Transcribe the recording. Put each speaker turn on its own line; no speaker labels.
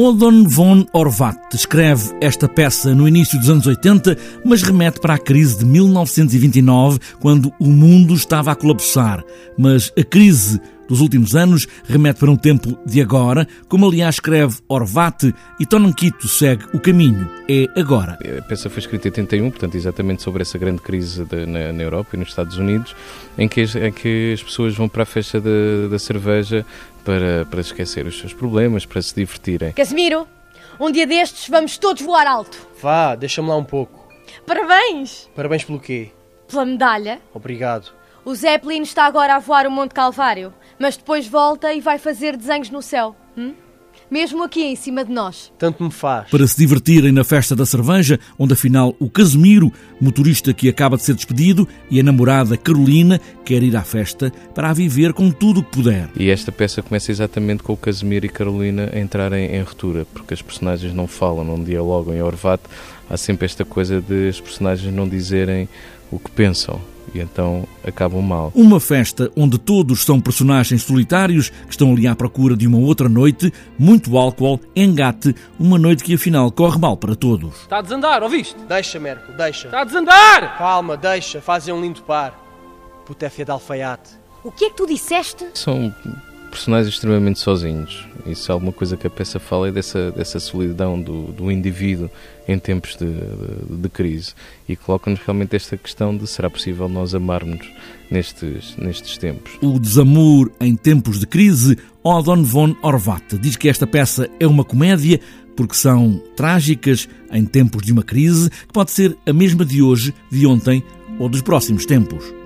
Odon von Horvath escreve esta peça no início dos anos 80, mas remete para a crise de 1929, quando o mundo estava a colapsar. Mas a crise dos últimos anos remete para um tempo de agora, como aliás escreve Horvath e Tonanquito segue o caminho. É agora.
A peça foi escrita em 81, portanto, exatamente sobre essa grande crise de, na, na, Europa e nos Estados Unidos, em que, em que as pessoas vão para a festa da, da cerveja para, para esquecer os seus problemas, para se divertirem.
Casimiro, um dia destes vamos todos voar alto.
Vá, deixa-me lá um pouco.
Parabéns!
Parabéns pelo quê?
Pela medalha.
Obrigado.
O Zeppelin está agora a voar o Monte Calvário, mas depois volta e vai fazer desenhos no céu. Hum? mesmo aqui em cima de nós.
Tanto me faz.
Para se divertirem na festa da cerveja, onde afinal o Casimiro, motorista que acaba de ser despedido, e a namorada Carolina quer ir à festa para a viver com tudo o que puder.
E esta peça começa exatamente com o Casimiro e Carolina a entrarem em ruptura, porque as personagens não falam, não dialogam. Em Orvato há sempre esta coisa de as personagens não dizerem o que pensam e então acabam mal.
Uma festa onde todos são personagens solitários que estão ali à procura de uma outra noite, muito álcool, engate, uma noite que afinal corre mal para todos.
Está Tá a desandar, ouviste?
Deixa, Merkel, deixa.
Está a desandar!
Calma, deixa, fazem um lindo par. Putéfia de alfaiate.
O que é que tu disseste?
São personagens extremamente sozinhos. Isso é alguma coisa que a peça fala é dessa, dessa solidão do, do indivíduo em tempos de, de, de crise. E coloca-nos realmente esta questão de será possível nós amarmos nestes, nestes tempos.
O desamor em tempos de crise, Odon von Horvath diz que esta peça é uma comédia porque são trágicas em tempos de uma crise que pode ser a mesma de hoje, de ontem ou dos próximos tempos.